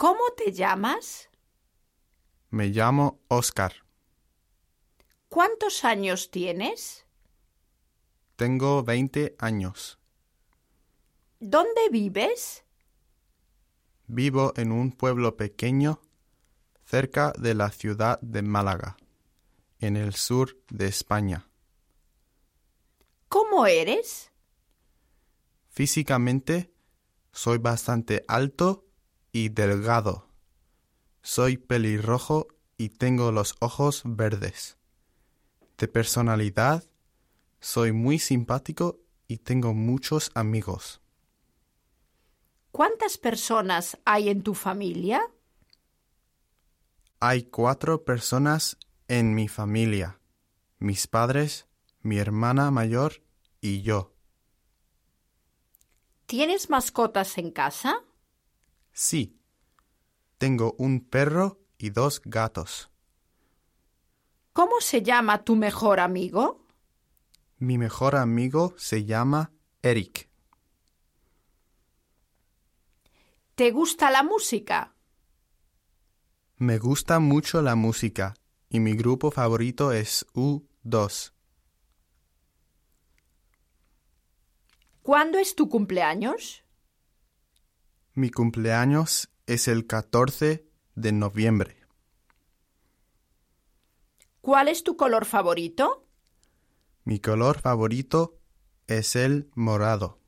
¿Cómo te llamas? Me llamo Oscar. ¿Cuántos años tienes? Tengo 20 años. ¿Dónde vives? Vivo en un pueblo pequeño cerca de la ciudad de Málaga, en el sur de España. ¿Cómo eres? Físicamente soy bastante alto y delgado. Soy pelirrojo y tengo los ojos verdes. De personalidad soy muy simpático y tengo muchos amigos. ¿Cuántas personas hay en tu familia? Hay cuatro personas en mi familia. Mis padres, mi hermana mayor y yo. ¿Tienes mascotas en casa? Sí. Tengo un perro y dos gatos. ¿Cómo se llama tu mejor amigo? Mi mejor amigo se llama Eric. ¿Te gusta la música? Me gusta mucho la música y mi grupo favorito es U2. ¿Cuándo es tu cumpleaños? Mi cumpleaños es el 14 de noviembre. ¿Cuál es tu color favorito? Mi color favorito es el morado.